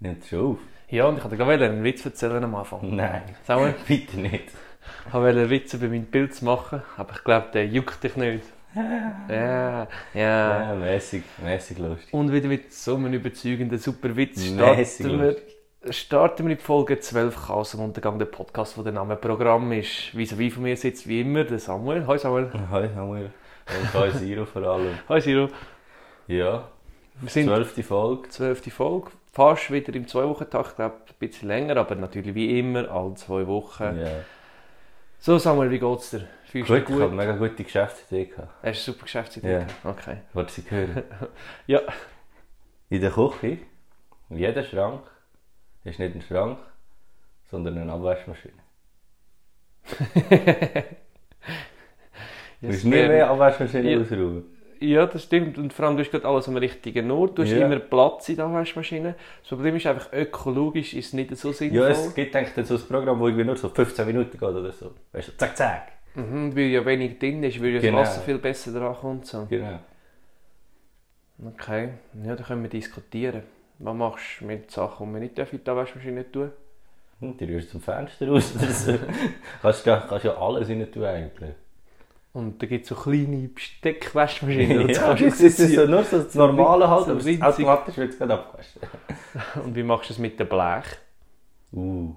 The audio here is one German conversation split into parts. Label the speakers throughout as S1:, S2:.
S1: Nimmt schon auf?
S2: Ja, und ich wollte gerade einen Witz erzählen am Anfang.
S1: Nein.
S2: Sag mal,
S1: Bitte nicht.
S2: ich wollte Witze bei meinem Pilz machen, aber ich glaube, der juckt dich nicht. Ja, ja.
S1: Ah. Ja, mäßig, mäßig lustig.
S2: Und wieder mit so einem überzeugenden super Witz
S1: Mässig
S2: starten wir, starten wir in Folge 12 Chaos am Untergang, der Podcast, wo der Name Programm ist. Vis-à-vis von mir sitzt wie immer der Samuel. Hi Samuel.
S1: Hi Samuel. Und hi Siro vor allem.
S2: Hi Siro.
S1: Ja,
S2: Wir sind
S1: zwölfte Folge.
S2: die zwölfte Folge, fast wieder im Zwei-Wochen-Tag, ich glaube ein bisschen länger, aber natürlich wie immer alle zwei Wochen.
S1: Ja.
S2: So Samuel, wie geht's dir? Fühlst du
S1: Gut,
S2: dich
S1: ich habe
S2: gut?
S1: mega gute Geschäftsidee gehabt.
S2: Hast du eine super Geschäftsidee?
S1: Ja.
S2: Okay.
S1: Wolltest du sie hören?
S2: Ja.
S1: In der Küche, in jedem Schrank, ist nicht ein Schrank, sondern eine Abwaschmaschine. Du
S2: Yes,
S1: musst nie
S2: fair.
S1: mehr Abwaschmaschine
S2: Ja.
S1: ausräumen.
S2: Ja, das stimmt. Und vor allem, du hast gerade alles am richtigen Ort. Du hast
S1: Ja.
S2: immer Platz in der Waschmaschine. Das Problem ist einfach, ökologisch ist es nicht so
S1: Ja,
S2: sinnvoll.
S1: es gibt eigentlich so ein Programm, wo irgendwie nur so 15 Minuten geht oder so. Weißt du, zack, zack.
S2: mhm, weil ja wenig drin ist, weil ja
S1: Genau.
S2: das Wasser viel besser dran kommt. So.
S1: Genau.
S2: Okay, ja, da können wir diskutieren. Was machst du mit Sachen, die wir nicht dürfen in der Waschmaschine tun
S1: Hm, Die rührst zum Fenster raus oder so. kannst, ja, kannst ja alles rein tun eigentlich.
S2: Und da gibt es so kleine Besteckwaschmaschinen. und so
S1: Ja,
S2: kannst du
S1: das ist
S2: rausziehen.
S1: so nur so das Normale halt,
S2: so
S1: aber
S2: winzig.
S1: es- automatisch wird es gerade abgewaschen.
S2: Und wie machst du es mit dem Blech?
S1: Uh,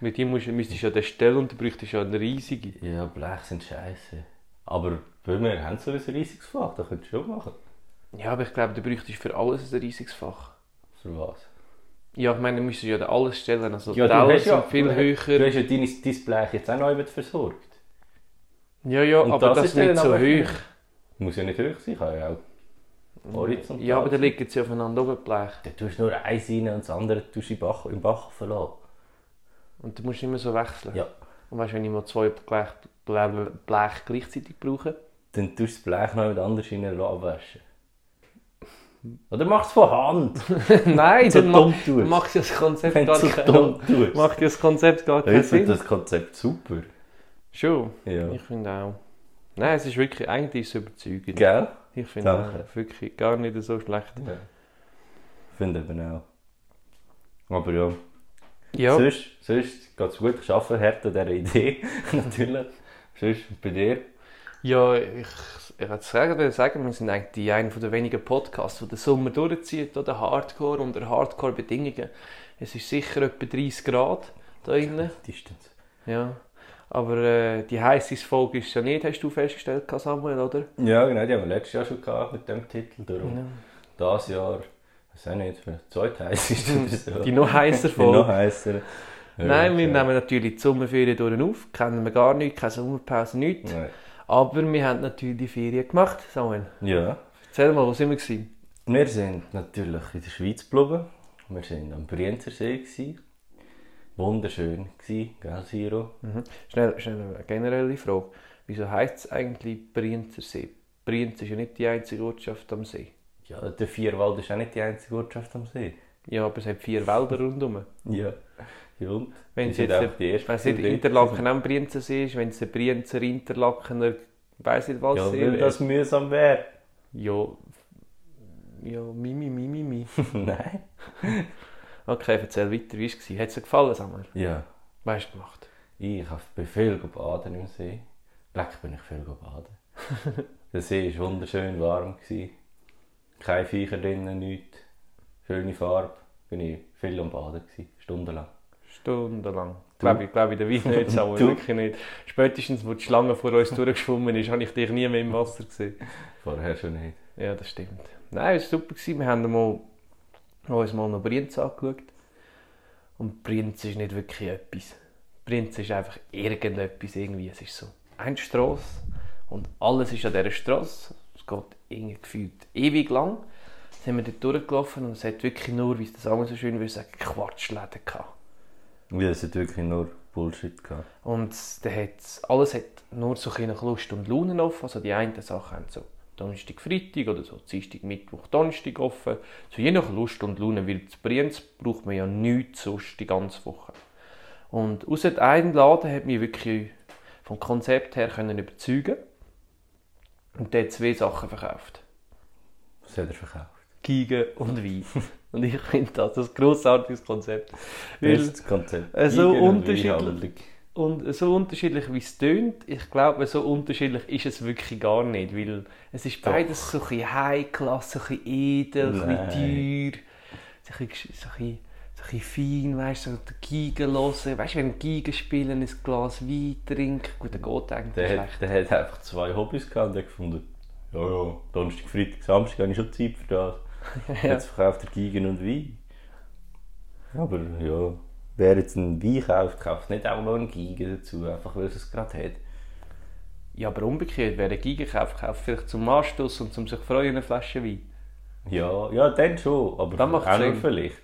S2: Mit dem musst, müsstest du ja den Stell und du bräuchtest ja eine riesige.
S1: ja, Blech sind scheiße. Aber wir haben so ein riesiges Fach, das könntest du schon machen.
S2: Ja, aber ich glaube, du bräuchtest für alles ein riesiges Fach.
S1: Für was?
S2: Ja, ich meine, du müsstest ja da alles stellen. Also
S1: Ja,
S2: ja,
S1: du
S2: Teller
S1: hast
S2: sind
S1: ja,
S2: viel
S1: du,
S2: höher.
S1: Du hast ja dein, dein Blech jetzt auch noch jemand versorgt.
S2: Ja, ja,
S1: Und
S2: aber das,
S1: ist
S2: ist nicht
S1: dann
S2: so
S1: aber-
S2: hoch.
S1: Muss ja nicht hoch sein, kann ja auch horizontal
S2: Ja, aber da
S1: sein.
S2: liegen sie aufeinander oben die Bleche.
S1: Dann tust du nur eins rein und das andere tust du im Bach, im Bach verlassen.
S2: Und du musst immer so wechseln.
S1: Ja.
S2: Und weißt du, wenn ich mal zwei Blech, Blech, Blech gleichzeitig brauche?
S1: Dann tust du das Blech noch jemand anders rein und abwaschen. Oder mach es von Hand,
S2: Nein,
S1: So
S2: dann
S1: dumm
S2: ma
S1: tust.
S2: dann macht ja das Konzept
S1: wenn du
S2: gar
S1: so
S2: keinen
S1: dumm tust.
S2: Macht ja das Konzept gar keinen
S1: Ich finde
S2: Sinn.
S1: das Konzept super.
S2: Schon,
S1: Ja.
S2: ich finde auch. Nein, es ist wirklich, eigentlich ist es überzeugend.
S1: Gell?
S2: Ich finde
S1: Danke.
S2: auch wirklich gar nicht so schlecht.
S1: Ja. Finde eben auch. Aber ja.
S2: Ja,
S1: Sonst, sonst geht es gut. Ich arbeite hart an dieser Idee. Natürlich. Sonst bei dir.
S2: ja ich, ich würde sagen, sagen, wir sind eigentlich die einen der wenigen Podcasts, die den Sommer durchzieht, oder Hardcore unter Hardcore-Bedingungen. Es ist sicher etwa 30 Grad da drinnen.
S1: Distanz.
S2: Ja. Aber äh, die heißeste Folge ist ja nicht, hast du festgestellt, Samuel, oder?
S1: Ja, genau. Die haben wir letztes Jahr schon gehabt mit dem Titel. Darum. Das Jahr. Weiß auch nicht. Vielleicht zweitheiß ist oder so.
S2: Hm. Die noch heißer
S1: Die noch
S2: Folge.
S1: heißer. Ja,
S2: Nein, wir
S1: ja.
S2: nehmen natürlich die Sommerferien durch auf, kennen wir gar nichts, keine Sommerpause, nichts.
S1: Nein.
S2: Aber wir haben natürlich die Ferien gemacht, Samuel.
S1: Ja.
S2: Erzähl mal, wo sind wir gewesen?
S1: Wir sind natürlich in der Schweiz geblieben. Wir waren am Brienzersee. gewesen. Wunderschön gewesen, gell, Siro?
S2: Mhm. Schnell, schnell eine generelle Frage. Wieso heisst es eigentlich Brienzersee? Brienz ist ja nicht die einzige Ortschaft am See.
S1: Ja, der Vierwald ist auch nicht die einzige Ortschaft am See.
S2: Ja, aber es hat vier Wälder rundherum.
S1: Ja. Ja, und?
S2: Wenn es
S1: sind
S2: jetzt
S1: einfach die ersten.
S2: Wenn es nicht
S1: die dort
S2: Interlaken am Brienzensee ist, wenn es der Brienzer, Interlakener, weiss nicht was
S1: sind. Ja,
S2: See
S1: weil
S2: wäre.
S1: das mühsam wäre.
S2: Ja, ja, mimi, mimi, mimi.
S1: Nein.
S2: Okay, erzähl weiter, wie war es? Hat es dir gefallen, Samuel?
S1: Ja.
S2: Was hast du gemacht?
S1: Ich hab- bin viel baden im See. Leck bin ich viel baden. der See war wunderschön warm. Gewesen. Keine Viecher drinnen, nichts. Schöne Farbe. Bin ich viel am Baden. Gewesen. Stundenlang.
S2: Stundenlang. Glaube ich, glaube ich, der Wein nicht, Samuel,
S1: Du?
S2: wirklich nicht. Spätestens, wo die Schlange vor uns durchgeschwommen ist, habe ich dich nie mehr im Wasser gesehen.
S1: Vorher schon nicht.
S2: Ja, das stimmt. Nein, es war super. Gewesen. Wir haben mal, uns mal noch Brienz angeschaut. Und Brienz ist nicht wirklich etwas. Brienz ist einfach irgendetwas irgendwie. Es ist so eine Strasse und alles ist an dieser Strasse. Es geht irgendwie gefühlt ewig lang. Dann sind wir dort durchgelaufen und es hat wirklich nur, wie es das Samuel so schön würde sagen, Quatschläden gehabt.
S1: Weil es hat wirklich nur Bullshit gehabt.
S2: Und dann hat's, alles hat nur so ein bisschen Lust und Laune offen. Also die einen Sachen haben so Donnerstag, Freitag oder so Dienstag, Mittwoch, Donnerstag offen. So je nach Lust und Laune, weil zu Brienz braucht man ja nichts sonst die ganze Woche. Und außer dem einen Laden hat mich wirklich vom Konzept her können überzeugen und der hat zwei Sachen verkauft.
S1: Was hat er verkauft?
S2: Gigen und Wein. Und ich finde das ein grossartiges Konzept. Weil,
S1: Bestes Konzept.
S2: äh, so
S1: Tiger und
S2: unterschiedlich-
S1: Weinhandlung.
S2: und so unterschiedlich wie es tönt, ich glaube, so unterschiedlich ist es wirklich gar nicht. Weil es ist beides so ein bisschen High-Class, so ein bisschen edel, so ein bisschen teuer, so ein bisschen, so ein bisschen, so ein bisschen fein, weißt du, so die Gigen hören. Weißt du, wenn Gigen spielen, ein Glas Wein trinken, gut, der geht eigentlich
S1: Der
S2: schlecht.
S1: hat, der hat einfach zwei Hobbys gehabt und hat gefunden, ja, ja, Donnerstag, Freitag, Samstag habe ich schon Zeit für das. Jetzt verkauft er Geigen und Wein. Aber ja, wer jetzt einen Wein kauft, kauft nicht auch noch einen Geigen dazu, einfach weil er es gerade hat.
S2: Ja, aber umgekehrt, wer eine Giga kauft, kauft vielleicht zum Anstoß und zum sich freuen eine Flasche Wein.
S1: Ja, ja, dann schon, aber
S2: Dann macht's
S1: auch nur
S2: Sinn.
S1: vielleicht.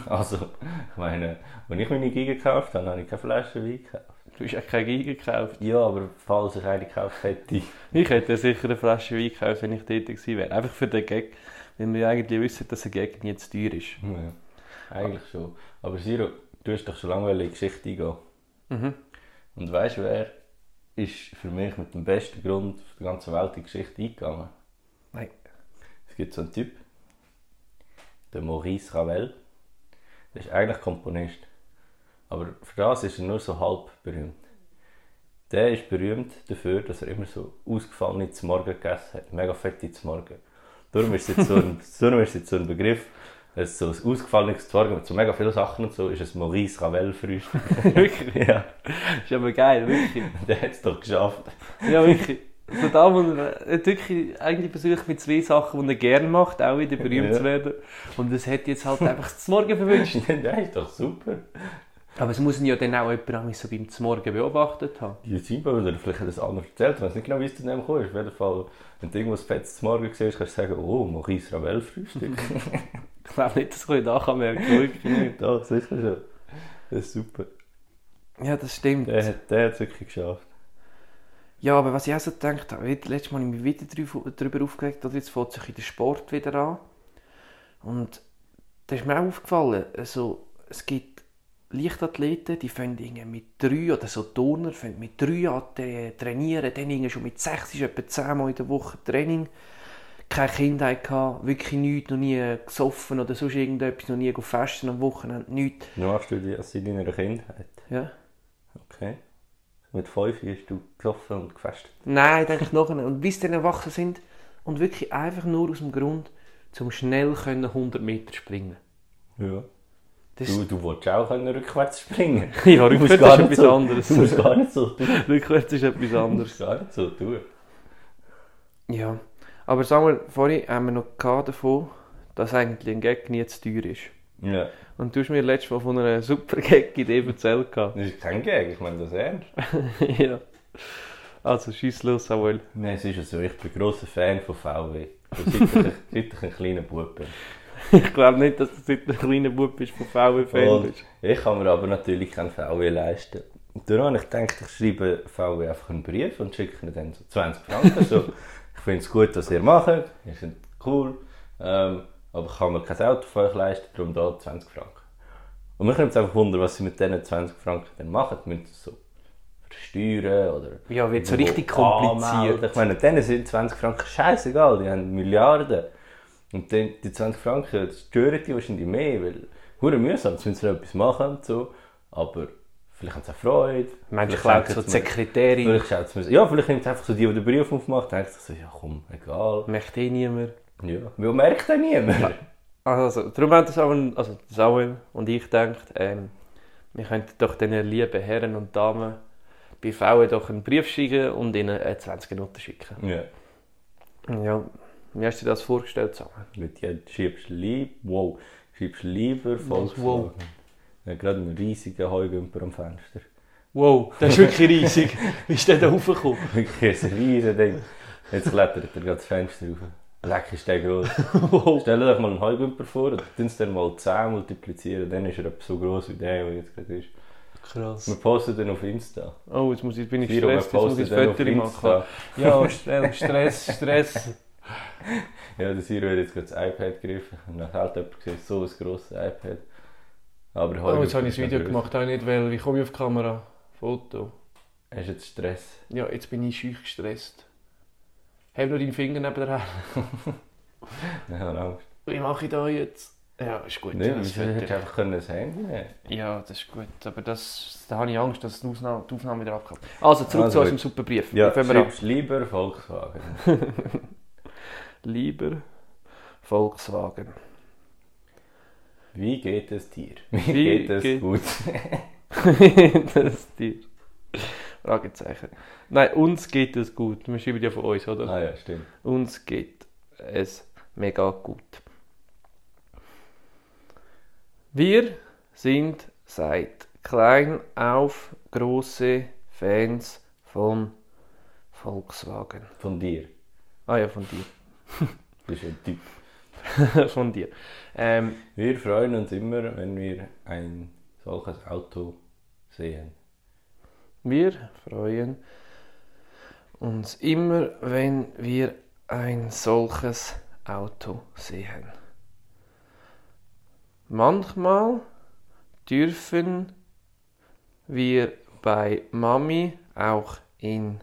S1: also, ich meine, wenn ich meine Geigen gekauft habe, habe ich keine Flasche Wein gekauft.
S2: Du hast ja keine Giga gekauft.
S1: Ja, aber falls ich eine gekauft hätte,
S2: Ich hätte sicher eine Flasche Wein gekauft, wenn ich dort gewesen wäre. Einfach für den Gag. Weil wir ja eigentlich wissen, dass der Gag nicht zu teuer ist.
S1: Ja, eigentlich schon. Aber Siro, du hast doch schon lange in die Geschichte eingehen. Und weißt du, wer ist für mich mit dem besten Grund auf der ganzen Welt in die Geschichte eingegangen?
S2: Nein.
S1: Es gibt so einen Typ, der Maurice Ravel. Der ist eigentlich Komponist. Aber für das ist er nur so halb berühmt. Der ist berühmt dafür, dass er immer so ausgefallene Zmorgen gegessen hat. Mega fette Zmorgen. Darum ist es jetzt so ein, darum ist es jetzt so ein Begriff. dass so ein ausgefallenes Zmorgen mit so mega vielen Sachen und so ist ein Maurice Ravel Frühstück.
S2: wirklich?
S1: ja,
S2: Ist aber geil, wirklich.
S1: der hat es doch geschafft.
S2: Ja, wirklich. Also da, wo er er hat wirklich eigentlich versucht mit zwei Sachen, die er gerne macht, auch wieder berühmt
S1: Ja.
S2: zu werden. Und das hätte jetzt halt einfach zum Morgen verwünscht.
S1: der ist doch super.
S2: Aber es muss ihn ja dann auch jemand manchmal so beim Zmorgen beobachtet haben.
S1: Ja, scheinbar, oder vielleicht hat das anderen erzählt, wenn es nicht genau wie es zu dem gekommen ist. Auf jeden Fall, wenn du irgendwas Fettes zu Morgen siehst, kannst du sagen, oh, mach Israel Frühstück.
S2: Ich glaube nicht, dass ich das anmerken kann, wirklich nicht.
S1: da, sicher schon. Das ist super.
S2: Ja, das stimmt.
S1: Der hat der hat's wirklich geschafft.
S2: Ja, aber was ich auch so gedacht habe, heute- letztes Mal habe ich mich wieder drü- darüber aufgeregt, oder jetzt fängt sich in der Sport wieder an. Und da ist mir auch aufgefallen, also, es gibt Leichtathleten, die fangen irgendwie mit drei, oder so Turner, fangen mit drei an zu trainieren, dann irgendwie schon mit sechs, ist etwa zehnmal in der Woche Training. Keine Kindheit gehabt, wirklich nichts, noch nie gesoffen oder sonst irgendetwas, noch nie gefesten am Wochenende, nichts.
S1: Du machst du das in deiner Kindheit.
S2: Ja.
S1: Okay. Mit fünf hast du gesoffen und gefestet.
S2: Nein, denke ich nachher. Und bis sie dann erwachsen sind und wirklich einfach nur aus dem Grund, zum schnell können 100 Meter springen.
S1: Ja.
S2: Das
S1: Du, du wolltest auch können rückwärts springen
S2: ja,
S1: Du musst
S2: rückwärts
S1: gar
S2: ist
S1: nicht
S2: etwas
S1: so,
S2: anderes.
S1: Du musst gar nicht so tun.
S2: rückwärts ist etwas
S1: Du
S2: anderes.
S1: musst gar nicht so tun.
S2: Ja, aber sagen wir, vorhin haben wir noch gehabt davon, dass eigentlich ein Gag nie zu teuer ist.
S1: Ja.
S2: Und du hast mir letztes Mal von einer super Gag-Idee erzählt. gehabt.
S1: Das ist kein Gag, ich meine das ernst.
S2: ja. Also, schieß los, Samuel.
S1: Nein, es ist also ja so, ich bin grosser Fan von VW. Schon Seit ich, seit ich ein kleiner Bub bin.
S2: Ich glaube nicht, dass du seit ein kleiner Bub bist von VW-Fan
S1: Und
S2: bist.
S1: ich kann mir aber natürlich keinen VW leisten. Und darum habe ich gedacht, ich schreibe VW einfach einen Brief und schicke ihnen dann so 20 Franken. so, ich finde es gut, was ihr macht, ihr seid cool, ähm, aber ich kann mir kein Auto von euch leisten, darum da 20 Franken. Und mich nimmt es einfach wunder, was sie mit diesen 20 Franken dann machen. Müssen sie es so versteuern oder...
S2: Ja, wird so
S1: irgendwo
S2: richtig kompliziert.
S1: anmelden. Ich meine, denen sind 20 Franken scheißegal, die haben Milliarden. Und dann, die 20 Franken das stören die wahrscheinlich mehr, weil hure mühsam, jetzt müssen sie noch etwas machen und so. Aber vielleicht haben sie auch Freude.
S2: Meinst du, ich
S1: Vielleicht
S2: glaube,
S1: denken
S2: so die
S1: sie mir-
S2: Sekretärin
S1: vielleicht schaut sie mir- Ja, vielleicht nimmt es einfach so die, die den Brief aufmacht, denkt sich so, ja komm, egal.
S2: möchte eh niemand.
S1: Ja, weil merkt dann niemand.
S2: Also, darum haben das Samuel, also Samuel und ich gedacht, ähm, wir könnten doch den lieben Herren und Damen bei VW doch einen Brief schicken und ihnen äh, 20 Minuten schicken.
S1: Ja.
S2: Ja, wie hast du dir das vorgestellt, Samuel?
S1: Mit ja, schiebst lieb, wow, schiebst lieber Volkswagen.
S2: wow?
S1: Ja, gerade einen riesigen Heugümper am Fenster.
S2: Wow, das ist wirklich riesig. Wie ist der da hochgekommen?
S1: Wirklich ein riesen Ding. Jetzt klettert er gerade das Fenster rauf. Leck ist der gross.
S2: Wow.
S1: Stell dir doch mal einen Heugümper vor und dann dann mal 10 multiplizieren, dann ist er etwa so gross wie der, der jetzt gerade ist. Wir
S2: Krass.
S1: posten den auf Insta.
S2: Oh, jetzt muss ich, bin ich
S1: Viro, wir
S2: gestresst, jetzt muss ich ein Foto
S1: den
S2: machen. Ja, Stress, Stress, Stress.
S1: Ja, dus der Siro hat jetzt gerade das iPad gegriffen. Und dann hat jemand gesehen, so ein grosses iPad. Aber der
S2: Oh,
S1: Heugümper
S2: jetzt habe ich
S1: ist
S2: das
S1: noch
S2: Video
S1: grösser.
S2: gemacht, auch nicht, weil, wie komme ich auf die Kamera? Foto.
S1: Hast du jetzt Stress?
S2: Ja, jetzt bin ich schüch gestresst. Heb nur deinen Finger neben der Hand.
S1: Ich habe Angst.
S2: wie mache ich da jetzt? Ja, ist gut.
S1: Nein,
S2: das
S1: wieso hättest du
S2: Foto.
S1: einfach können ein Handy nehmen
S2: ja, das ist gut. Aber das, da habe ich Angst, dass die Ausnahme, die Aufnahme wieder abkommt. Also, zurück
S1: Also
S2: zu
S1: gut.
S2: unserem super Brief.
S1: Ja,
S2: Fangen wir an.
S1: schreibst lieber Volkswagen.
S2: Lieber Volkswagen.
S1: Wie geht es dir? Mir
S2: Wie
S1: geht es
S2: geht-
S1: gut.
S2: das Tier. Fragezeichen. Nein, uns geht es gut. Wir schreiben ja von uns, oder?
S1: ah ja, stimmt.
S2: Uns geht es mega gut. Wir sind seit klein auf große Fans von Volkswagen.
S1: Von dir.
S2: Ah ja, von dir.
S1: Das ist ein Typ.
S2: von dir. Ähm,
S1: Wir freuen uns immer, wenn wir ein solches Auto sehen.
S2: wir freuen uns immer, wenn wir ein solches Auto sehen. Manchmal dürfen wir bei Mami auch in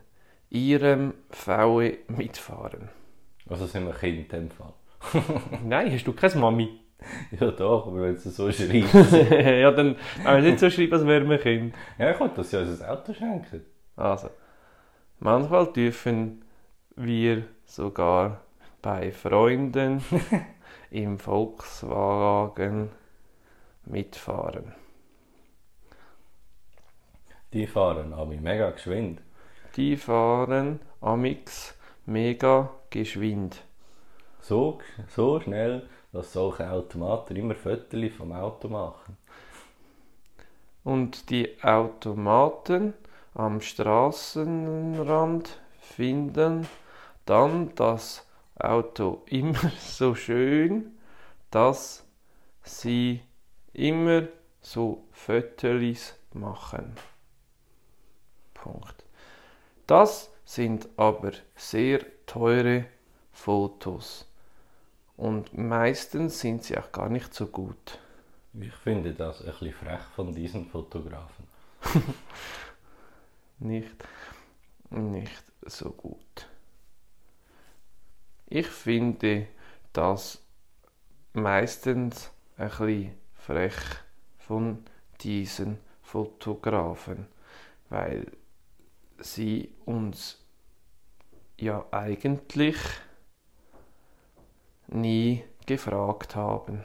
S2: ihrem VW mitfahren.
S1: Also sind wir Kinder in dem Fall.
S2: Nein, hast du kein Mami?
S1: Ja doch, aber wenn du so schreibst.
S2: ja, dann, wenn wir nicht so schreiben, als wären wir Kind.
S1: ja, ich wollte, dass sie uns ein Auto schenken.
S2: Also, manchmal dürfen wir sogar bei Freunden im Volkswagen mitfahren.
S1: Die fahren aber mega geschwind.
S2: Die fahren amix mega geschwind.
S1: So, g- so schnell, dass solche Automaten immer Fotos vom Auto machen.
S2: Und die Automaten am Straßenrand finden dann das Auto immer so schön, dass sie immer so Fötterlis machen. Punkt. Das sind aber sehr teure Fotos. Und meistens sind sie auch gar nicht so gut.
S1: Ich finde das ein bisschen frech von diesen Fotografen.
S2: nicht, nicht so gut. Ich finde das meistens ein bisschen frech von diesen Fotografen, weil sie uns ja eigentlich nie gefragt haben.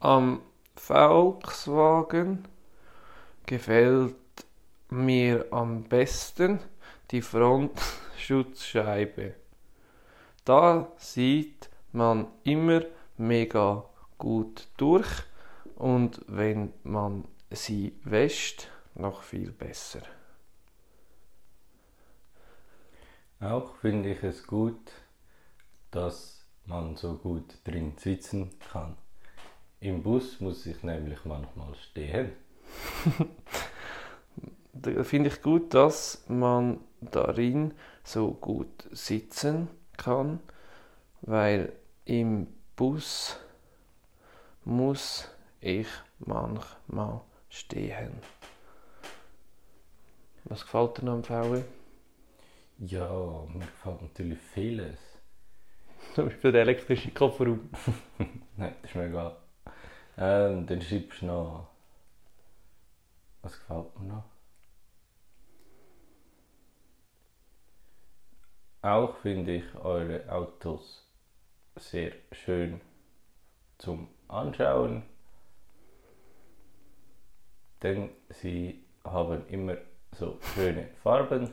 S2: Am Volkswagen gefällt mir am besten die Frontschutzscheibe. Da sieht man immer mega gut durch und wenn man sie wäscht, noch viel besser.
S1: Auch finde ich es gut, dass man so gut drin sitzen kann. Im Bus muss ich nämlich manchmal stehen.
S2: Da finde ich gut, dass man darin so gut sitzen kann, weil im Bus muss ich manchmal stehen. Was gefällt dir noch am VW?
S1: Ja, mir gefällt natürlich vieles.
S2: Zum Beispiel der elektrische Kofferraum.
S1: Nein, das ist mir egal. Ähm, dann schreibst du noch. Was gefällt mir noch? Auch finde ich eure Autos sehr schön zum Anschauen. Denn sie haben immer so schöne Farben.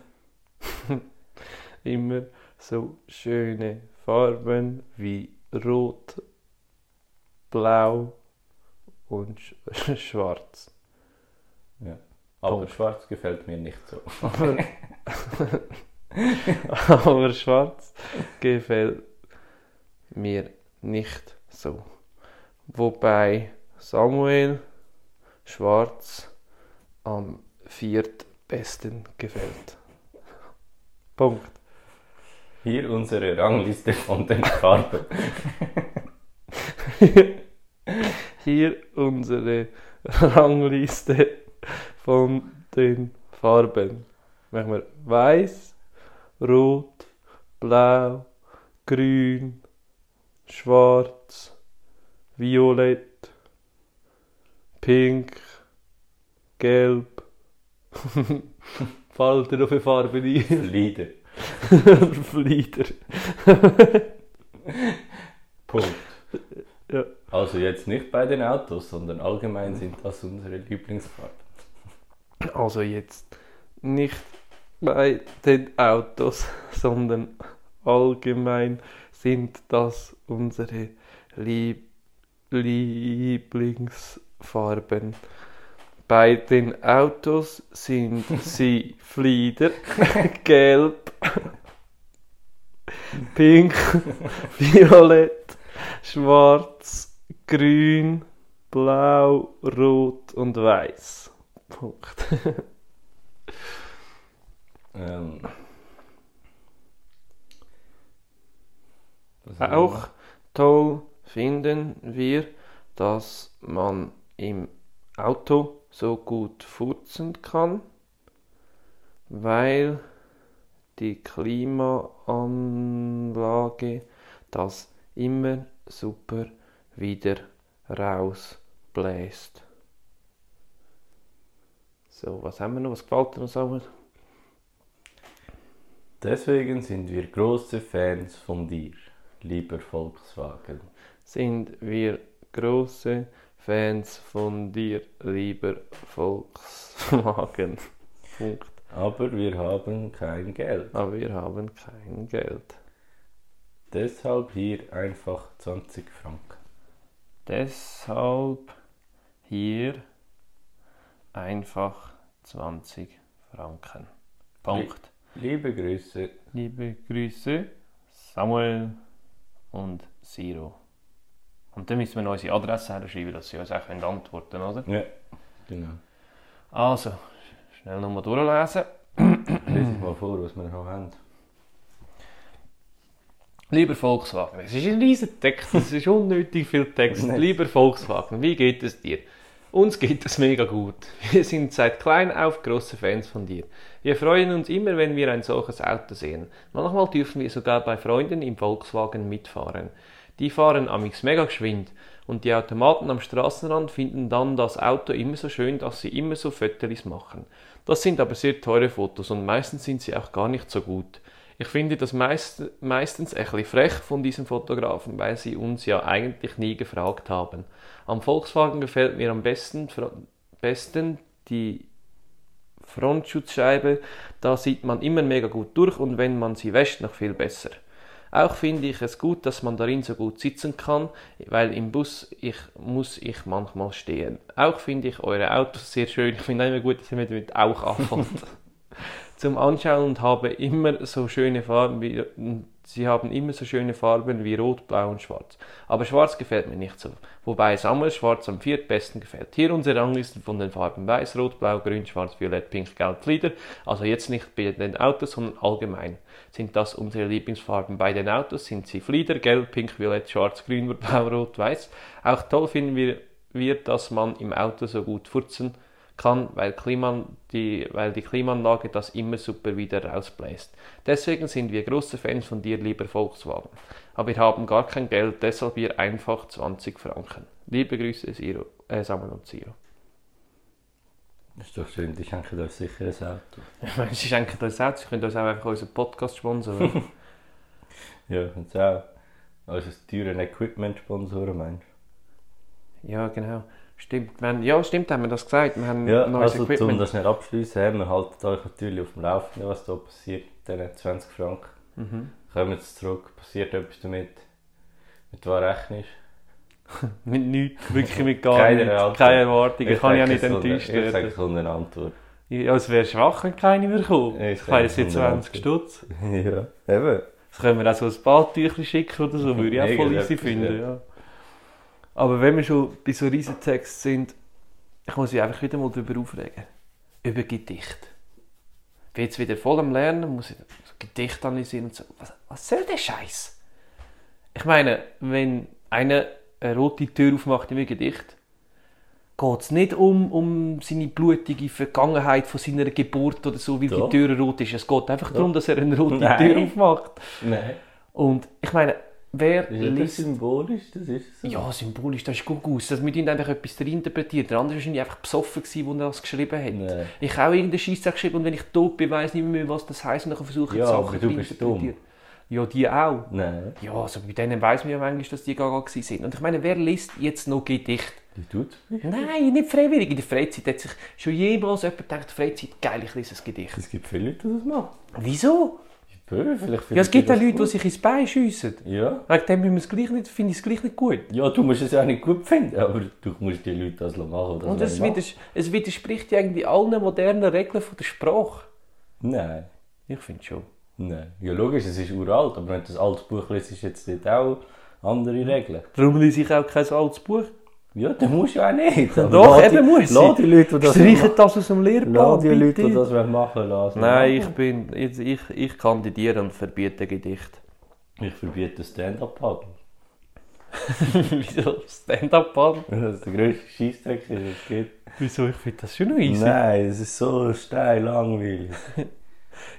S2: Immer so schöne Farben wie Rot, Blau und Sch- Schwarz.
S1: Ja. Aber
S2: Punkt.
S1: schwarz gefällt mir nicht so.
S2: Aber, aber schwarz gefällt mir nicht so. Wobei Samuel schwarz am viertbesten gefällt. Punkt.
S1: Hier unsere Rangliste von den Farben.
S2: Hier unsere Rangliste von den Farben. Machen wir weiß, rot, Blau, Grün, Schwarz, Violett, Pink, Gelb. Fallt dir noch viele Farben ein?
S1: Leiden.
S2: Flieder.
S1: Punkt.
S2: Ja.
S1: Also jetzt nicht bei den Autos, sondern allgemein sind das unsere Lieblingsfarben.
S2: Also jetzt nicht bei den Autos, sondern allgemein sind das unsere Lieb Lieblingsfarben. Bei den Autos sind sie Flieder, Gelb, Pink, Violett, Schwarz, Grün, Blau, Rot und Weiß. Punkt.
S1: Ähm, was haben wir
S2: Auch
S1: noch?
S2: toll finden wir, dass man im Auto so gut furzen kann, weil die Klimaanlage das immer super wieder rausbläst. So, was haben wir noch? Was gefällt dir noch so?
S1: Deswegen sind wir große Fans von dir, lieber Volkswagen.
S2: sind wir große Fans von dir, lieber Volkswagen. Punkt.
S1: Aber wir haben kein Geld.
S2: Aber wir haben kein Geld.
S1: Deshalb hier einfach 20 Franken.
S2: Deshalb hier einfach 20 Franken. Punkt.
S1: Liebe Grüße,
S2: Liebe Grüße, Samuel und Siro. Und dann müssen wir noch unsere Adresse herschreiben, dass sie uns auch antworten können, oder?
S1: Ja, genau.
S2: Also, schnell nochmal durchlesen.
S1: Lies ich mal vor, was wir noch haben.
S2: Lieber Volkswagen, es ist ein riesen Text, es ist unnötig viel Text.
S1: Nein.
S2: Lieber Volkswagen, wie geht es dir? Uns geht es mega gut. Wir sind seit klein auf große Fans von dir. Wir freuen uns immer, wenn wir ein solches Auto sehen. Manchmal dürfen wir sogar bei Freunden im Volkswagen mitfahren. Die fahren amix mega geschwind und die Automaten am Straßenrand finden dann das Auto immer so schön, dass sie immer so Fötterlis machen. Das sind aber sehr teure Fotos und meistens sind sie auch gar nicht so gut. Ich finde das meist, meistens ein bisschen frech von diesen Fotografen, weil sie uns ja eigentlich nie gefragt haben. Am Volkswagen gefällt mir am besten, fro- besten die Frontschutzscheibe. Da sieht man immer mega gut durch und wenn man sie wäscht, noch viel besser. Auch finde ich es gut, dass man darin so gut sitzen kann, weil im Bus ich, muss ich manchmal stehen. Auch finde ich eure Autos sehr schön. Ich finde auch immer gut, dass ihr mit, mit auch anfängt zum Anschauen und habe immer so schöne Farben wie sie haben immer so schöne Farben wie Rot, Blau und Schwarz. Aber Schwarz gefällt mir nicht so. Wobei Samuel Schwarz am viertbesten gefällt. Hier unsere Ranglisten von den Farben Weiß, Rot, Blau, Grün, Schwarz, Violett, Pink, Gelb, Flieder. Also jetzt nicht bei den Autos, sondern allgemein sind das unsere Lieblingsfarben. Bei den Autos sind sie Flieder, Gelb, Pink, Violett, Schwarz, Grün, Blau, Rot, Weiß. Auch toll finden wir, wir dass man im Auto so gut furzen kann, weil, Klima, die, weil die Klimaanlage das immer super wieder rausbläst. Deswegen sind wir große Fans von dir, lieber Volkswagen. Aber wir haben gar kein Geld, deshalb hier einfach 20 Franken. Liebe Grüße, Siro, äh, Samuel und Siro.
S1: Ist doch schön, die schenken euch sicher ein Auto.
S2: Ich meine, sie schenken uns auch, sie können uns auch einfach unseren Podcast sponsoren.
S1: Ja, und auch unser teuren Equipment-Sponsoren, meinst
S2: ja, genau. Stimmt, wir haben, ja, stimmt, haben wir das gesagt. Wir haben
S1: du? Ja,
S2: neues
S1: also um
S2: Equipment.
S1: das nicht abschließen, haben wir haltet euch natürlich auf dem Laufenden, was da passiert, mit diesen 20 Franken.
S2: Mhm.
S1: Kommen jetzt zurück, passiert etwas damit, mit was rechnest.
S2: Mit nichts, wirklich mit gar
S1: Keine
S2: nichts.
S1: Antwort.
S2: Keine Erwartungen, ich kann ja nicht
S1: denke, es
S2: enttäuscht
S1: kommt- Ich sage,
S2: werden.
S1: es kommt eine Antwort.
S2: Ja, es wäre schwach, wenn keine mehr kommt.
S1: Ich
S2: Ich meine, es
S1: sage,
S2: sind
S1: es kommt
S2: 20 Stutz.
S1: ja, eben.
S2: Das können wir auch so ein Badtüchchen schicken oder so, würde ich auch voll
S1: Irgendetwas,
S2: easy finden.
S1: ja.
S2: Ja. Aber wenn wir schon bei so riesen Texten sind, ich muss mich einfach wieder mal darüber aufregen. Über Gedicht. Ich bin jetzt wieder voll am Lernen, muss ich so Gedicht analysieren und so. Was, was soll der Scheiß? Ich meine, wenn einer eine rote Tür aufmacht in einem Gedicht, geht es nicht um, um seine blutige Vergangenheit von seiner Geburt oder so, weil
S1: Doch.
S2: die Tür rot ist. Es geht einfach darum, dass er eine rote
S1: Nein.
S2: Tür aufmacht.
S1: Nein.
S2: Und ich meine, wer
S1: Das ist das
S2: liest...
S1: symbolisch, das ist so.
S2: Ja, symbolisch, das ist Gugus. Dass wir ihn einfach etwas interpretieren. Der andere war wahrscheinlich einfach besoffen, gewesen, als er das geschrieben hat.
S1: Nein.
S2: Ich habe auch irgendeinen Scheiß geschrieben und wenn ich tot bin, weiß nicht mehr, was das heisst und dann versuche ich
S1: Ja,
S2: die
S1: aber
S2: Sachen
S1: du
S2: zu
S1: bist
S2: interpretieren. Ja, die auch.
S1: Nein.
S2: Ja, also bei denen weiß man ja manchmal, dass die Gaga gewesen sind. Und ich meine, wer liest jetzt noch Gedicht?
S1: Die tut
S2: Nein, nicht freiwillig. In der Freizeit hat sich schon jemals jemand gedacht, Freizeit, geil, ich lese ein Gedicht.
S1: Es gibt viele Leute, die das machen.
S2: Wieso?
S1: Ich bin vielleicht
S2: Ja, es gibt auch Leute, die sich ins Bein schiessen.
S1: die... Ja.
S2: Wegen dem müssen wir es gleich nicht- finde ich es gleich nicht gut.
S1: Ja, du musst es ja nicht gut finden, aber du musst die Leute das machen. lassen,
S2: Und
S1: das
S2: es,
S1: wollen
S2: widers es widerspricht ja irgendwie allen modernen Regeln von der Sprache.
S1: machen. Nein.
S2: Ich finde schon.
S1: Nein. Ja, logisch, es ist uralt, aber wenn du das altes Buch liest, ist jetzt dort auch andere Regeln.
S2: Darum lese ich auch kein altes Buch.
S1: Ja, dann musst du ja auch nicht. Aber
S2: Doch,
S1: lass die-
S2: eben muss
S1: Lass
S2: sie.
S1: die Leute, die das
S2: Streichen das aus dem
S1: machen.
S2: Lehrplan,
S1: Lass die
S2: bitte.
S1: Leute, die das machen lassen.
S2: Nein, ich bin, ich, ich, ich kandidiere und verbiete Gedicht.
S1: Ich verbiete das Stand-Up-Paddle.
S2: Wieso Stand-up-Paddle?
S1: Das ist der grösste Scheissdreck, den es gibt.
S2: Wieso? Ich finde das schon noch easy.
S1: Nein, es ist so steil langweilig.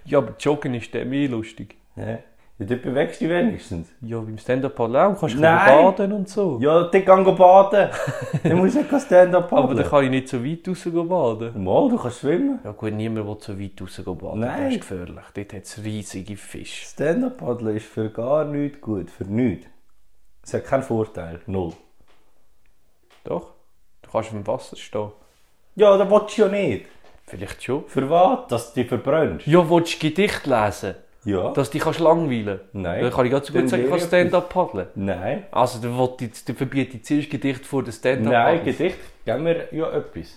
S2: Ja, aber Joggen ist dann mehr lustig.
S1: Ja, ja dort bewegst du dich wenigstens.
S2: Ja, beim Stand-up-Paddle auch. Kannst du
S1: Nein.
S2: baden und so.
S1: Ja, dann geh baden. dann musst du nicht Stand-up
S2: aber
S1: paddeln.
S2: dann kann ich nicht so weit raus baden.
S1: Mal, du kannst schwimmen.
S2: Ja gut, niemand will so weit raus baden.
S1: Nein.
S2: Das ist gefährlich. Dort hat es riesige Fische.
S1: Stand-up paddeln ist für gar nichts gut, für nichts. Es hat keinen Vorteil, null.
S2: Doch. Du kannst im Wasser stehen.
S1: Ja, das willst du ja nicht.
S2: Vielleicht schon.
S1: Für was? Dass du dich verbrennst.
S2: Ja, willst du Gedicht lesen?
S1: Ja.
S2: Dass du dich kannst langweilen kannst?
S1: Nein.
S2: Dann kann ich ganz so
S1: Dann
S2: gut sagen, ich kann
S1: lehre ich etwas.
S2: Stand-up paddeln.
S1: Nein.
S2: Also, dann, will ich, dann verbiete ich zuerst Gedicht vor dem Stand-up
S1: Nein,
S2: Paddle.
S1: Gesicht, geben wir ja etwas.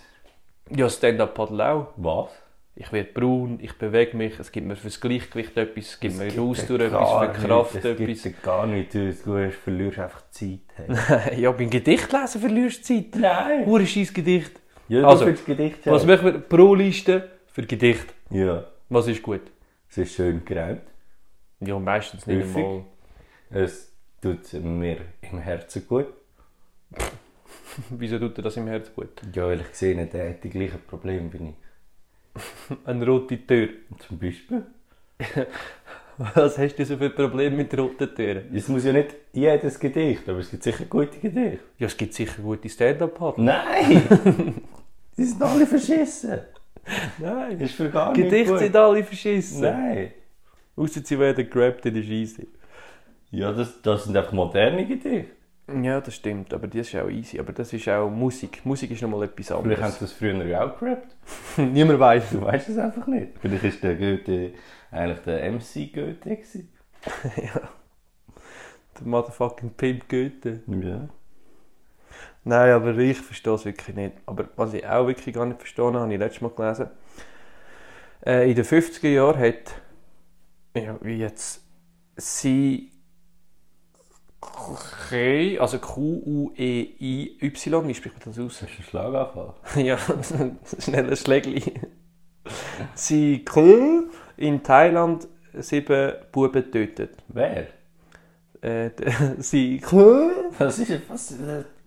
S2: Ja, Stand-up paddeln auch.
S1: Was?
S2: Ich werde braun, ich bewege mich, es gibt mir fürs Gleichgewicht etwas, es gibt mir Ausdauer
S1: Gar
S2: etwas, für die Kraft
S1: nichts. Es gibt
S2: etwas.
S1: dir gar nichts, aus. du hast- verlierst einfach Zeit. Hey.
S2: ja, beim Gedicht lesen verlierst du Zeit.
S1: Nein.
S2: Hure scheiß Gedicht.
S1: Ja, du
S2: Also,
S1: fürs Gedicht
S2: Was
S1: sagen.
S2: machen wir? Pro-Liste für Gedicht.
S1: Ja,
S2: Was ist gut?
S1: es ist schön geräumt.
S2: Ja, meistens nicht
S1: Häufig.
S2: einmal.
S1: Es tut mir im Herzen gut.
S2: Wieso tut er das im Herzen gut?
S1: Ja, weil ich sehe, der hat die gleichen Probleme wie ich.
S2: Eine rote Tür.
S1: Zum Beispiel.
S2: Was hast du so für Probleme mit roten Türen?
S1: Es muss ja nicht jedes Gedicht, aber es gibt sicher gute Gedichte.
S2: Ja, es gibt sicher gute Stand-up-Partner.
S1: Nein! die sind alle verschissen.
S2: Nein.
S1: Ist für gar nicht
S2: Gedichte
S1: gut.
S2: sind alle verschissen.
S1: Nein.
S2: Ausser sie werden gerappt in der Scheisse.
S1: Ja, das, das sind einfach moderne Gedichte.
S2: Ja, das stimmt, aber das ist auch easy. Aber das ist auch Musik. Musik ist nochmal etwas
S1: Vielleicht haben
S2: anderes.
S1: sie das früher ja auch gerappt.
S2: Niemand weiß.
S1: Du weißt es einfach nicht. Vielleicht ist der Goethe eigentlich der MC Goethe. Gewesen.
S2: Der motherfucking Pimp Goethe.
S1: Ja.
S2: Nein, aber ich verstehe es wirklich nicht. Aber was ich auch wirklich gar nicht verstanden habe, habe ich letztes Mal gelesen. Äh, in den 50er Jahren hat, ja, wie jetzt, sie Kei, also Q-U-E-I-Y, wie spricht man das aus?
S1: Das ist ein Schlaganfall.
S2: ja, schneller Schlägli. sie Kei in Thailand sieben Buben getötet.
S1: Wer?
S2: Äh, sie Kei
S1: Was, ist, was,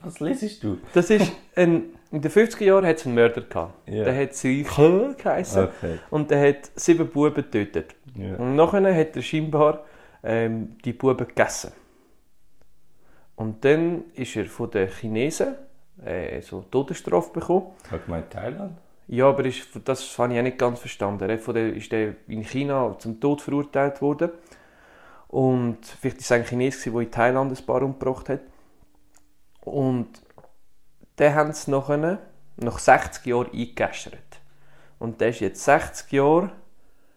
S1: was lesest du?
S2: Das ist ein, in den 50er Jahren hat es einen Mörder gehabt.
S1: Ja.
S2: Der hat sie geheißen
S1: Okay.
S2: und der hat sieben Buben getötet.
S1: Ja.
S2: Und nachher hat er scheinbar ähm, die Buben gegessen. Und dann ist er von den Chinesen äh, so Todesstrafe bekommen.
S1: Ich habe gemeint Thailand.
S2: Ja, aber ist, das habe ich auch nicht ganz verstanden. Er hat von der, ist der in China zum Tod verurteilt worden. Und vielleicht war es ein Chines, gewesen, der in Thailand ein paar umgebracht hat. Und den haben sie nachher, nach 60 Jahren eingegeschert. Und der ist jetzt 60 Jahre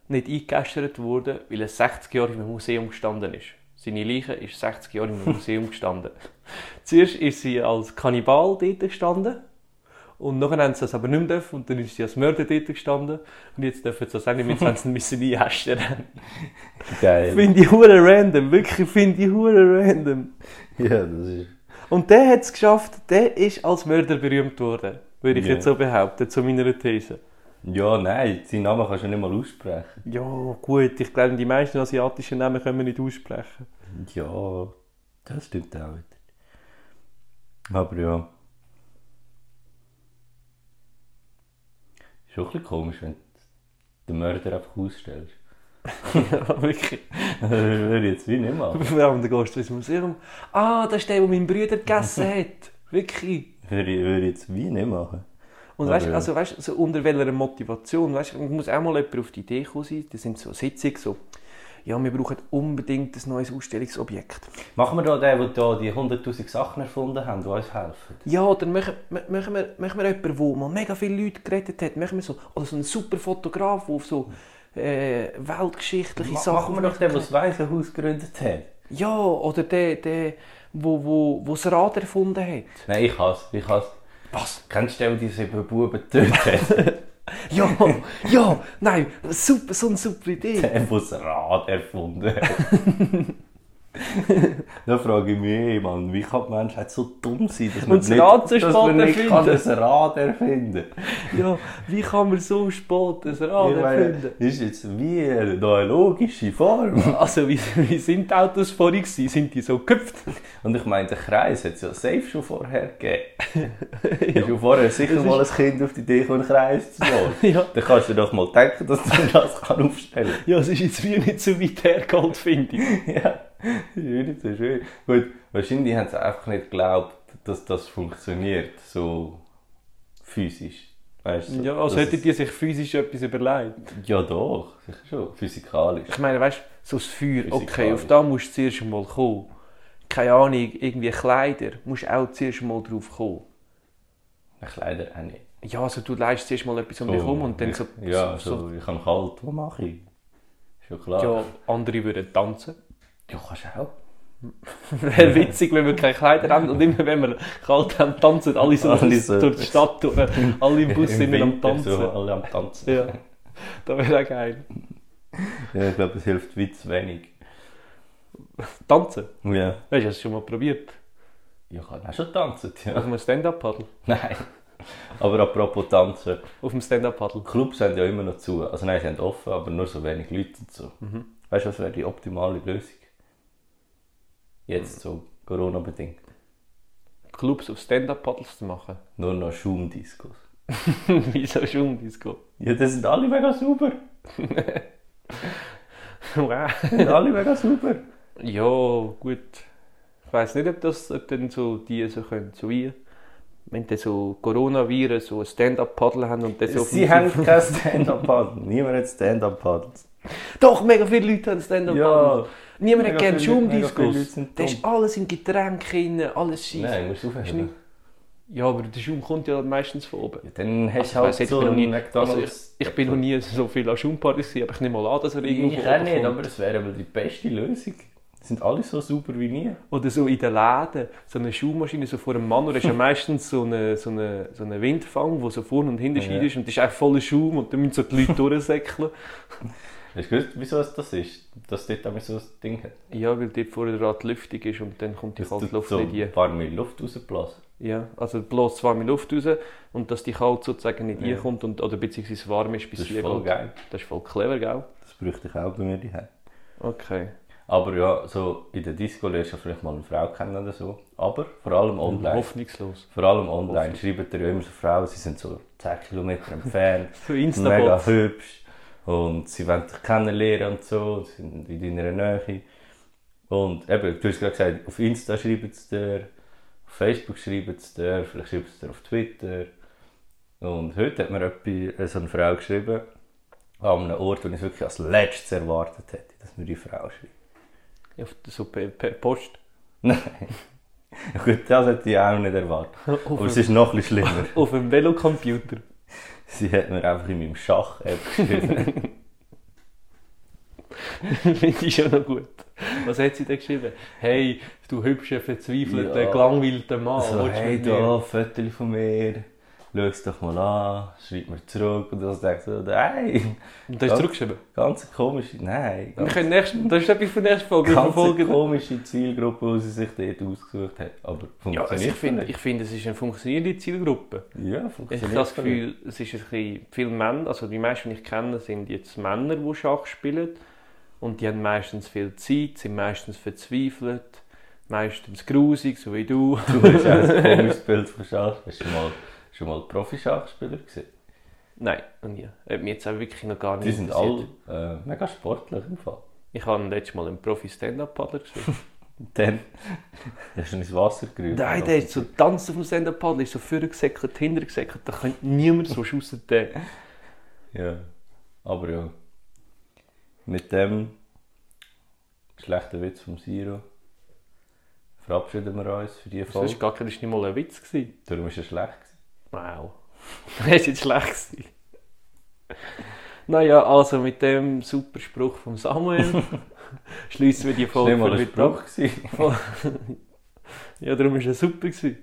S2: nicht eingegeschert worden, weil er 60 Jahre im Museum gestanden ist. Seine Leiche ist 60 Jahre im Museum gestanden. Zuerst ist sie als Kannibal dort gestanden. Und nachher haben sie das aber nicht mehr dürfen und dann ist sie als Mörder dort gestanden. Und jetzt dürfen sie das auch nicht mehr, jetzt haben sie ihn müssen einhäschern.
S1: Geil.
S2: Finde ich hure random, wirklich finde ich hure random.
S1: Ja, das ist.
S2: Und der hat es geschafft, der ist als Mörder berühmt worden. Würde ich
S1: Ja.
S2: jetzt so behaupten, zu meiner These.
S1: Ja, nein, seinen Namen kannst du nicht mal aussprechen.
S2: Ja, gut, ich glaube, die meisten asiatischen Namen können wir nicht aussprechen.
S1: Ja, das stimmt auch wieder. Aber ja. Ist auch ein bisschen komisch, wenn du den Mörder einfach ausstellst.
S2: ja, wirklich.
S1: das würde ich jetzt wie nicht machen.
S2: Vor allem, dann gehst du ins Museum. Ah, das ist der, der mein Bruder gegessen hat. Wirklich.
S1: Würde ich, würde ich jetzt wie nicht machen.
S2: Und
S1: Aber
S2: weißt,
S1: ja.
S2: also, weißt, so unter welcher Motivation? Weißt, muss auch mal jemand auf die Idee kommen sein. Das sind so Sitzungen so. Ja, wir brauchen unbedingt ein neues Ausstellungsobjekt.
S1: Machen wir da den, der da die 100'000 Sachen erfunden haben, die uns helfen?
S2: Ja, dann machen, ma- machen, wir, machen wir jemanden, der mal mega viele Leute gerettet hat. Machen wir so, oder so einen super Fotograf, der auf so äh, weltgeschichtliche
S1: Ma
S2: Sachen...
S1: machen wir doch den, der das Waisenhaus gegründet hat.
S2: Ja, oder der, der eh, wo, wo, wo das Rad erfunden hat.
S1: Nein, ich hasse, ich hasse.
S2: Was?
S1: Kennst du den, der diese über Buben getötet hat?
S2: Ja, ja, nein, super, so eine super Idee.
S1: der, der das Rad erfunden hat? da frage ich mich, ey, Mann, wie kann die Menschheit so dumm sein, dass man
S2: das Rad so
S1: dass
S2: spät
S1: man nicht kann
S2: erfinden?
S1: ein Rad erfinden kann?
S2: Ja, wie kann man so spät ein Rad erfinden?
S1: das ist jetzt wie eine eine logische Form.
S2: Also, wie, wie sind die Autos vorher gewesen? Sind die so geköpft?
S1: Und ich meine, den Kreis hat es ja safe schon vorher gegeben. Ist ja vorher sicher mal ein Kind auf die Idee gekommen, einen Kreis zu bauen.
S2: Ja.
S1: Dann kannst du dir doch mal denken, dass du das kann aufstellen kannst.
S2: Ja, es ist jetzt wie nicht so weit hergeholt, finde ich.
S1: Ja, das ist nicht so schön. Gut, wahrscheinlich haben sie einfach nicht geglaubt, dass das funktioniert, so physisch. Weißt du?
S2: Ja, als
S1: dass
S2: hätten die sich physisch etwas überlegt.
S1: es- Ja, doch, sicher schon. Physikalisch.
S2: Ich meine, weißt du, so das Feuer, okay,
S1: Physikalisch.
S2: auf da musst du zuerst mal kommen. Keine Ahnung, irgendwie Kleider, musst du auch zuerst mal drauf kommen.
S1: Ein Kleider auch nicht.
S2: Ja, also du leistest zuerst mal etwas um dich herum und dann so...
S1: Ich, ja,
S2: so, so
S1: so, ich habe kalt, was mache ich? Schon klar.
S2: ja, andere würden tanzen.
S1: ja kannst du auch.
S2: Wäre witzig, wenn wir keine Kleider haben und immer wenn wir kalt haben, tanzen alle so
S1: Alle so-
S2: durch die Stadt durch. Alle im Bus
S1: Im
S2: sind wir am
S1: Winter
S2: Tanzen.
S1: So, alle am Tanzen.
S2: Ja, das wäre auch geil.
S1: Ja, ich glaube, es hilft wie zu wenig.
S2: Tanzen,
S1: Ja.
S2: weißt du, hast du schon mal probiert?
S1: Ich kann auch schon tanzen,
S2: Auf
S1: ja.
S2: einem Stand-Up-Paddle.
S1: Nein. Aber apropos tanzen.
S2: Auf dem Stand-Up-Paddle.
S1: Clubs haben ja immer noch zu. Also nein, sie haben offen, aber nur so wenig Leute und so.
S2: Mhm.
S1: Weißt du, was wäre die optimale Lösung? Jetzt so, Corona-bedingt.
S2: Clubs auf Stand-Up-Paddles zu machen.
S1: Nur noch Schaumdiscos.
S2: Wieso schon Disco?
S1: Ja, das sind alle mega super.
S2: Wow.
S1: Das sind alle mega super.
S2: ja, gut. Ich weiß nicht, ob das ob dann so die so können, so wie. Wenn die so Coronaviren so ein Stand-Up-Paddle haben und dann so... auf
S1: Sie
S2: dem-
S1: haben kein Stand-Up-Paddle. Niemand hat Stand-Up-Paddle.
S2: Doch, mega viele Leute haben Stand-Up-Paddle.
S1: Ja.
S2: Niemand hat
S1: Mega
S2: gerne
S1: viele Leute- mega viele Leute
S2: Schaumdiscos.
S1: sind
S2: Da ist alles im Getränk drin, alles scheiße.
S1: Nein, musst du
S2: Ist nicht-
S1: aufhören.
S2: Ja, aber der Schaum kommt ja meistens von oben.
S1: Ja, dann hast du
S2: Also, ich
S1: halt
S2: weiss nicht,
S1: so
S2: ich, bin
S1: einen
S2: noch nie, also ich,
S1: McDonalds.
S2: ich bin noch nie so viel an Schaumpartys gewesen, aber ich nehme mal an, dass er irgendwo
S1: ich
S2: von
S1: auch
S2: oben
S1: nicht,
S2: kommt.
S1: aber es wäre wohl die beste Lösung. Die sind alle so super wie nie.
S2: Oder so in den Läden, so eine Schaummaschine so vor einem Mann, oder ist ja meistens so eine, so eine, so eine Windfang, wo so vorne und hinten
S1: Ja.
S2: ja. ist und das ist einfach voller Schaum und dann müssen so die Leute durchsäckeln.
S1: Hast du gewusst, wieso es das ist? Dass dort einmal so ein Ding hat.
S2: Ja, weil dort vorne gerade die Lüftung ist und dann kommt die
S1: Das
S2: kalte
S1: tut
S2: Luft
S1: so
S2: nicht rein.
S1: warme Luft rausblasen.
S2: Ja, also bloß warme Luft raus und dass die kalte sozusagen nicht
S1: Ja.
S2: reinkommt und, oder beziehungsweise warm ist, bis
S1: Das
S2: sie
S1: ist voll
S2: reinkommt.
S1: geil.
S2: Das ist voll clever, gell?
S1: Das bräuchte ich auch bei mir daheim.
S2: Okay.
S1: Aber ja, so in der Disco lernst du vielleicht mal eine Frau kennen oder so. Aber vor
S2: Mhm.
S1: allem online.
S2: Hoffnungslos.
S1: Vor allem online schreiben dir ja immer so Frauen, sie sind so 10 km entfernt,
S2: Für Instagram.
S1: mega hübsch und sie wollen dich kennenlernen und so, und sind in deiner Nähe. Und eben, du hast gerade gesagt, auf Insta schreiben sie dir, auf Facebook schreiben sie dir, vielleicht schreiben sie dir auf Twitter. Und heute hat mir jemand, äh, so eine Frau geschrieben, an einem Ort, wo ich es wirklich als letztes erwartet hätte, dass mir die Frau schreibt.
S2: Auf, so per, per Post.
S1: Nein. Gut, das hätte ich auch nicht erwartet. Aber es ist noch ein bisschen schlimmer.
S2: Auf dem Velocomputer.
S1: Sie hat mir einfach in meinem Schach-App geschrieben.
S2: Finde ich schon noch gut. Was hat sie denn geschrieben? Hey, du hübscher, verzweifelter,
S1: Ja.
S2: gelangweilter Mann.
S1: so,
S2: willst du
S1: hey,
S2: mit mir?
S1: da, Fotos von mir. Schau es doch mal an. Schreib mir zurück. Und dann denkt so, nein.
S2: Und da ist
S1: Ja.
S2: zurückgeschrieben.
S1: Ganz komische, nein.
S2: Wir
S1: Ganz,
S2: können nächst, das ist etwas für die nächste Folge. Wir
S1: ganz
S2: verfolgen-
S1: komische Zielgruppe, die sie sich dort ausgesucht hat. Aber
S2: Ja,
S1: funktioniert
S2: also ich finde,
S1: vielleicht.
S2: ich finde, es ist eine funktionierende Zielgruppe.
S1: Ja,
S2: Ich
S1: funktioniert
S2: habe das
S1: vielleicht.
S2: Gefühl, es ist ein bisschen viele Männer, also die meisten, die ich kenne, sind jetzt Männer, die Schach spielen. Und die haben meistens viel Zeit, sind meistens verzweifelt, meistens grusig, so wie du.
S1: Du hast auch ein komisches Bild von Schach. Hast du schon mal, schon mal Profi-Schachspieler gesehen?
S2: Nein, noch nie. Hat mich jetzt auch wirklich noch gar nicht
S1: Die sind alle
S2: interessiert.
S1: äh, mega sportlich im Fall.
S2: Ich habe letztes Mal einen Profi-Stand-Up-Paddler gespielt.
S1: Dann hast du ihn ins Wasser gerührt.
S2: Nein, der ist so tanzt auf dem Stand-Up-Paddler, ist so vorne gesäckelt, hinten gesäckelt. Da könnte niemand so schiessen. Der.
S1: Ja. Aber ja. Mit dem schlechten Witz vom Siro verabschieden wir uns für diese
S2: Das war
S1: Folge.
S2: gar kein, das war nicht mal ein Witz. Gewesen.
S1: Darum war er schlecht. gewesen.
S2: Wow. Das ist jetzt schlecht. Gewesen. Naja, also mit dem super Spruch von Samuel schließen wir die
S1: Das war nicht
S2: Folge
S1: mal
S2: für
S1: ein
S2: heute ab.
S1: Spruch. gewesen.
S2: Ja, darum war er super. Gewesen.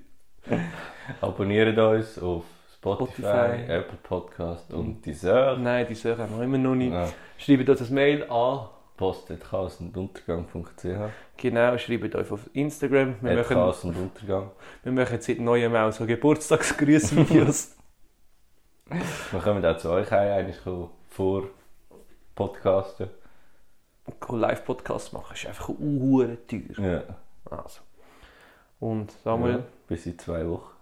S1: Abonniert uns auf Spotify,
S2: Spotify.
S1: Apple Podcast und Deezer.
S2: Nein, die Sache haben wir immer noch nicht.
S1: Ja.
S2: Schreibt uns ein Mail an.
S1: Postet Chaos und Untergang.ch.
S2: Genau, schreibt euch auf Instagram. Wir
S1: At
S2: machen,
S1: Chaos und Untergang.
S2: wir machen seit neuem auch so Geburtstagsgrüßvideos.
S1: Wir kommen auch zu euch heim, eigentlich auch vor Podcasten.
S2: Live-Podcasts machen ist einfach uhr teuer.
S1: Ja.
S2: Also. Und Samuel,
S1: Ja, Bis in zwei Wochen.